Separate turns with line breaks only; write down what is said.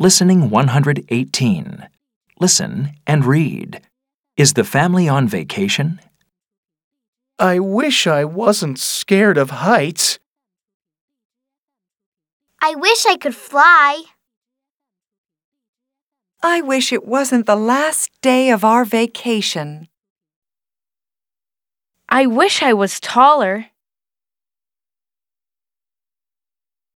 Listening 118. Listen and read. Is the family on vacation?
I wish I wasn't scared of heights.
I wish I could fly.
I wish it wasn't the last day of our vacation.
I wish I was taller.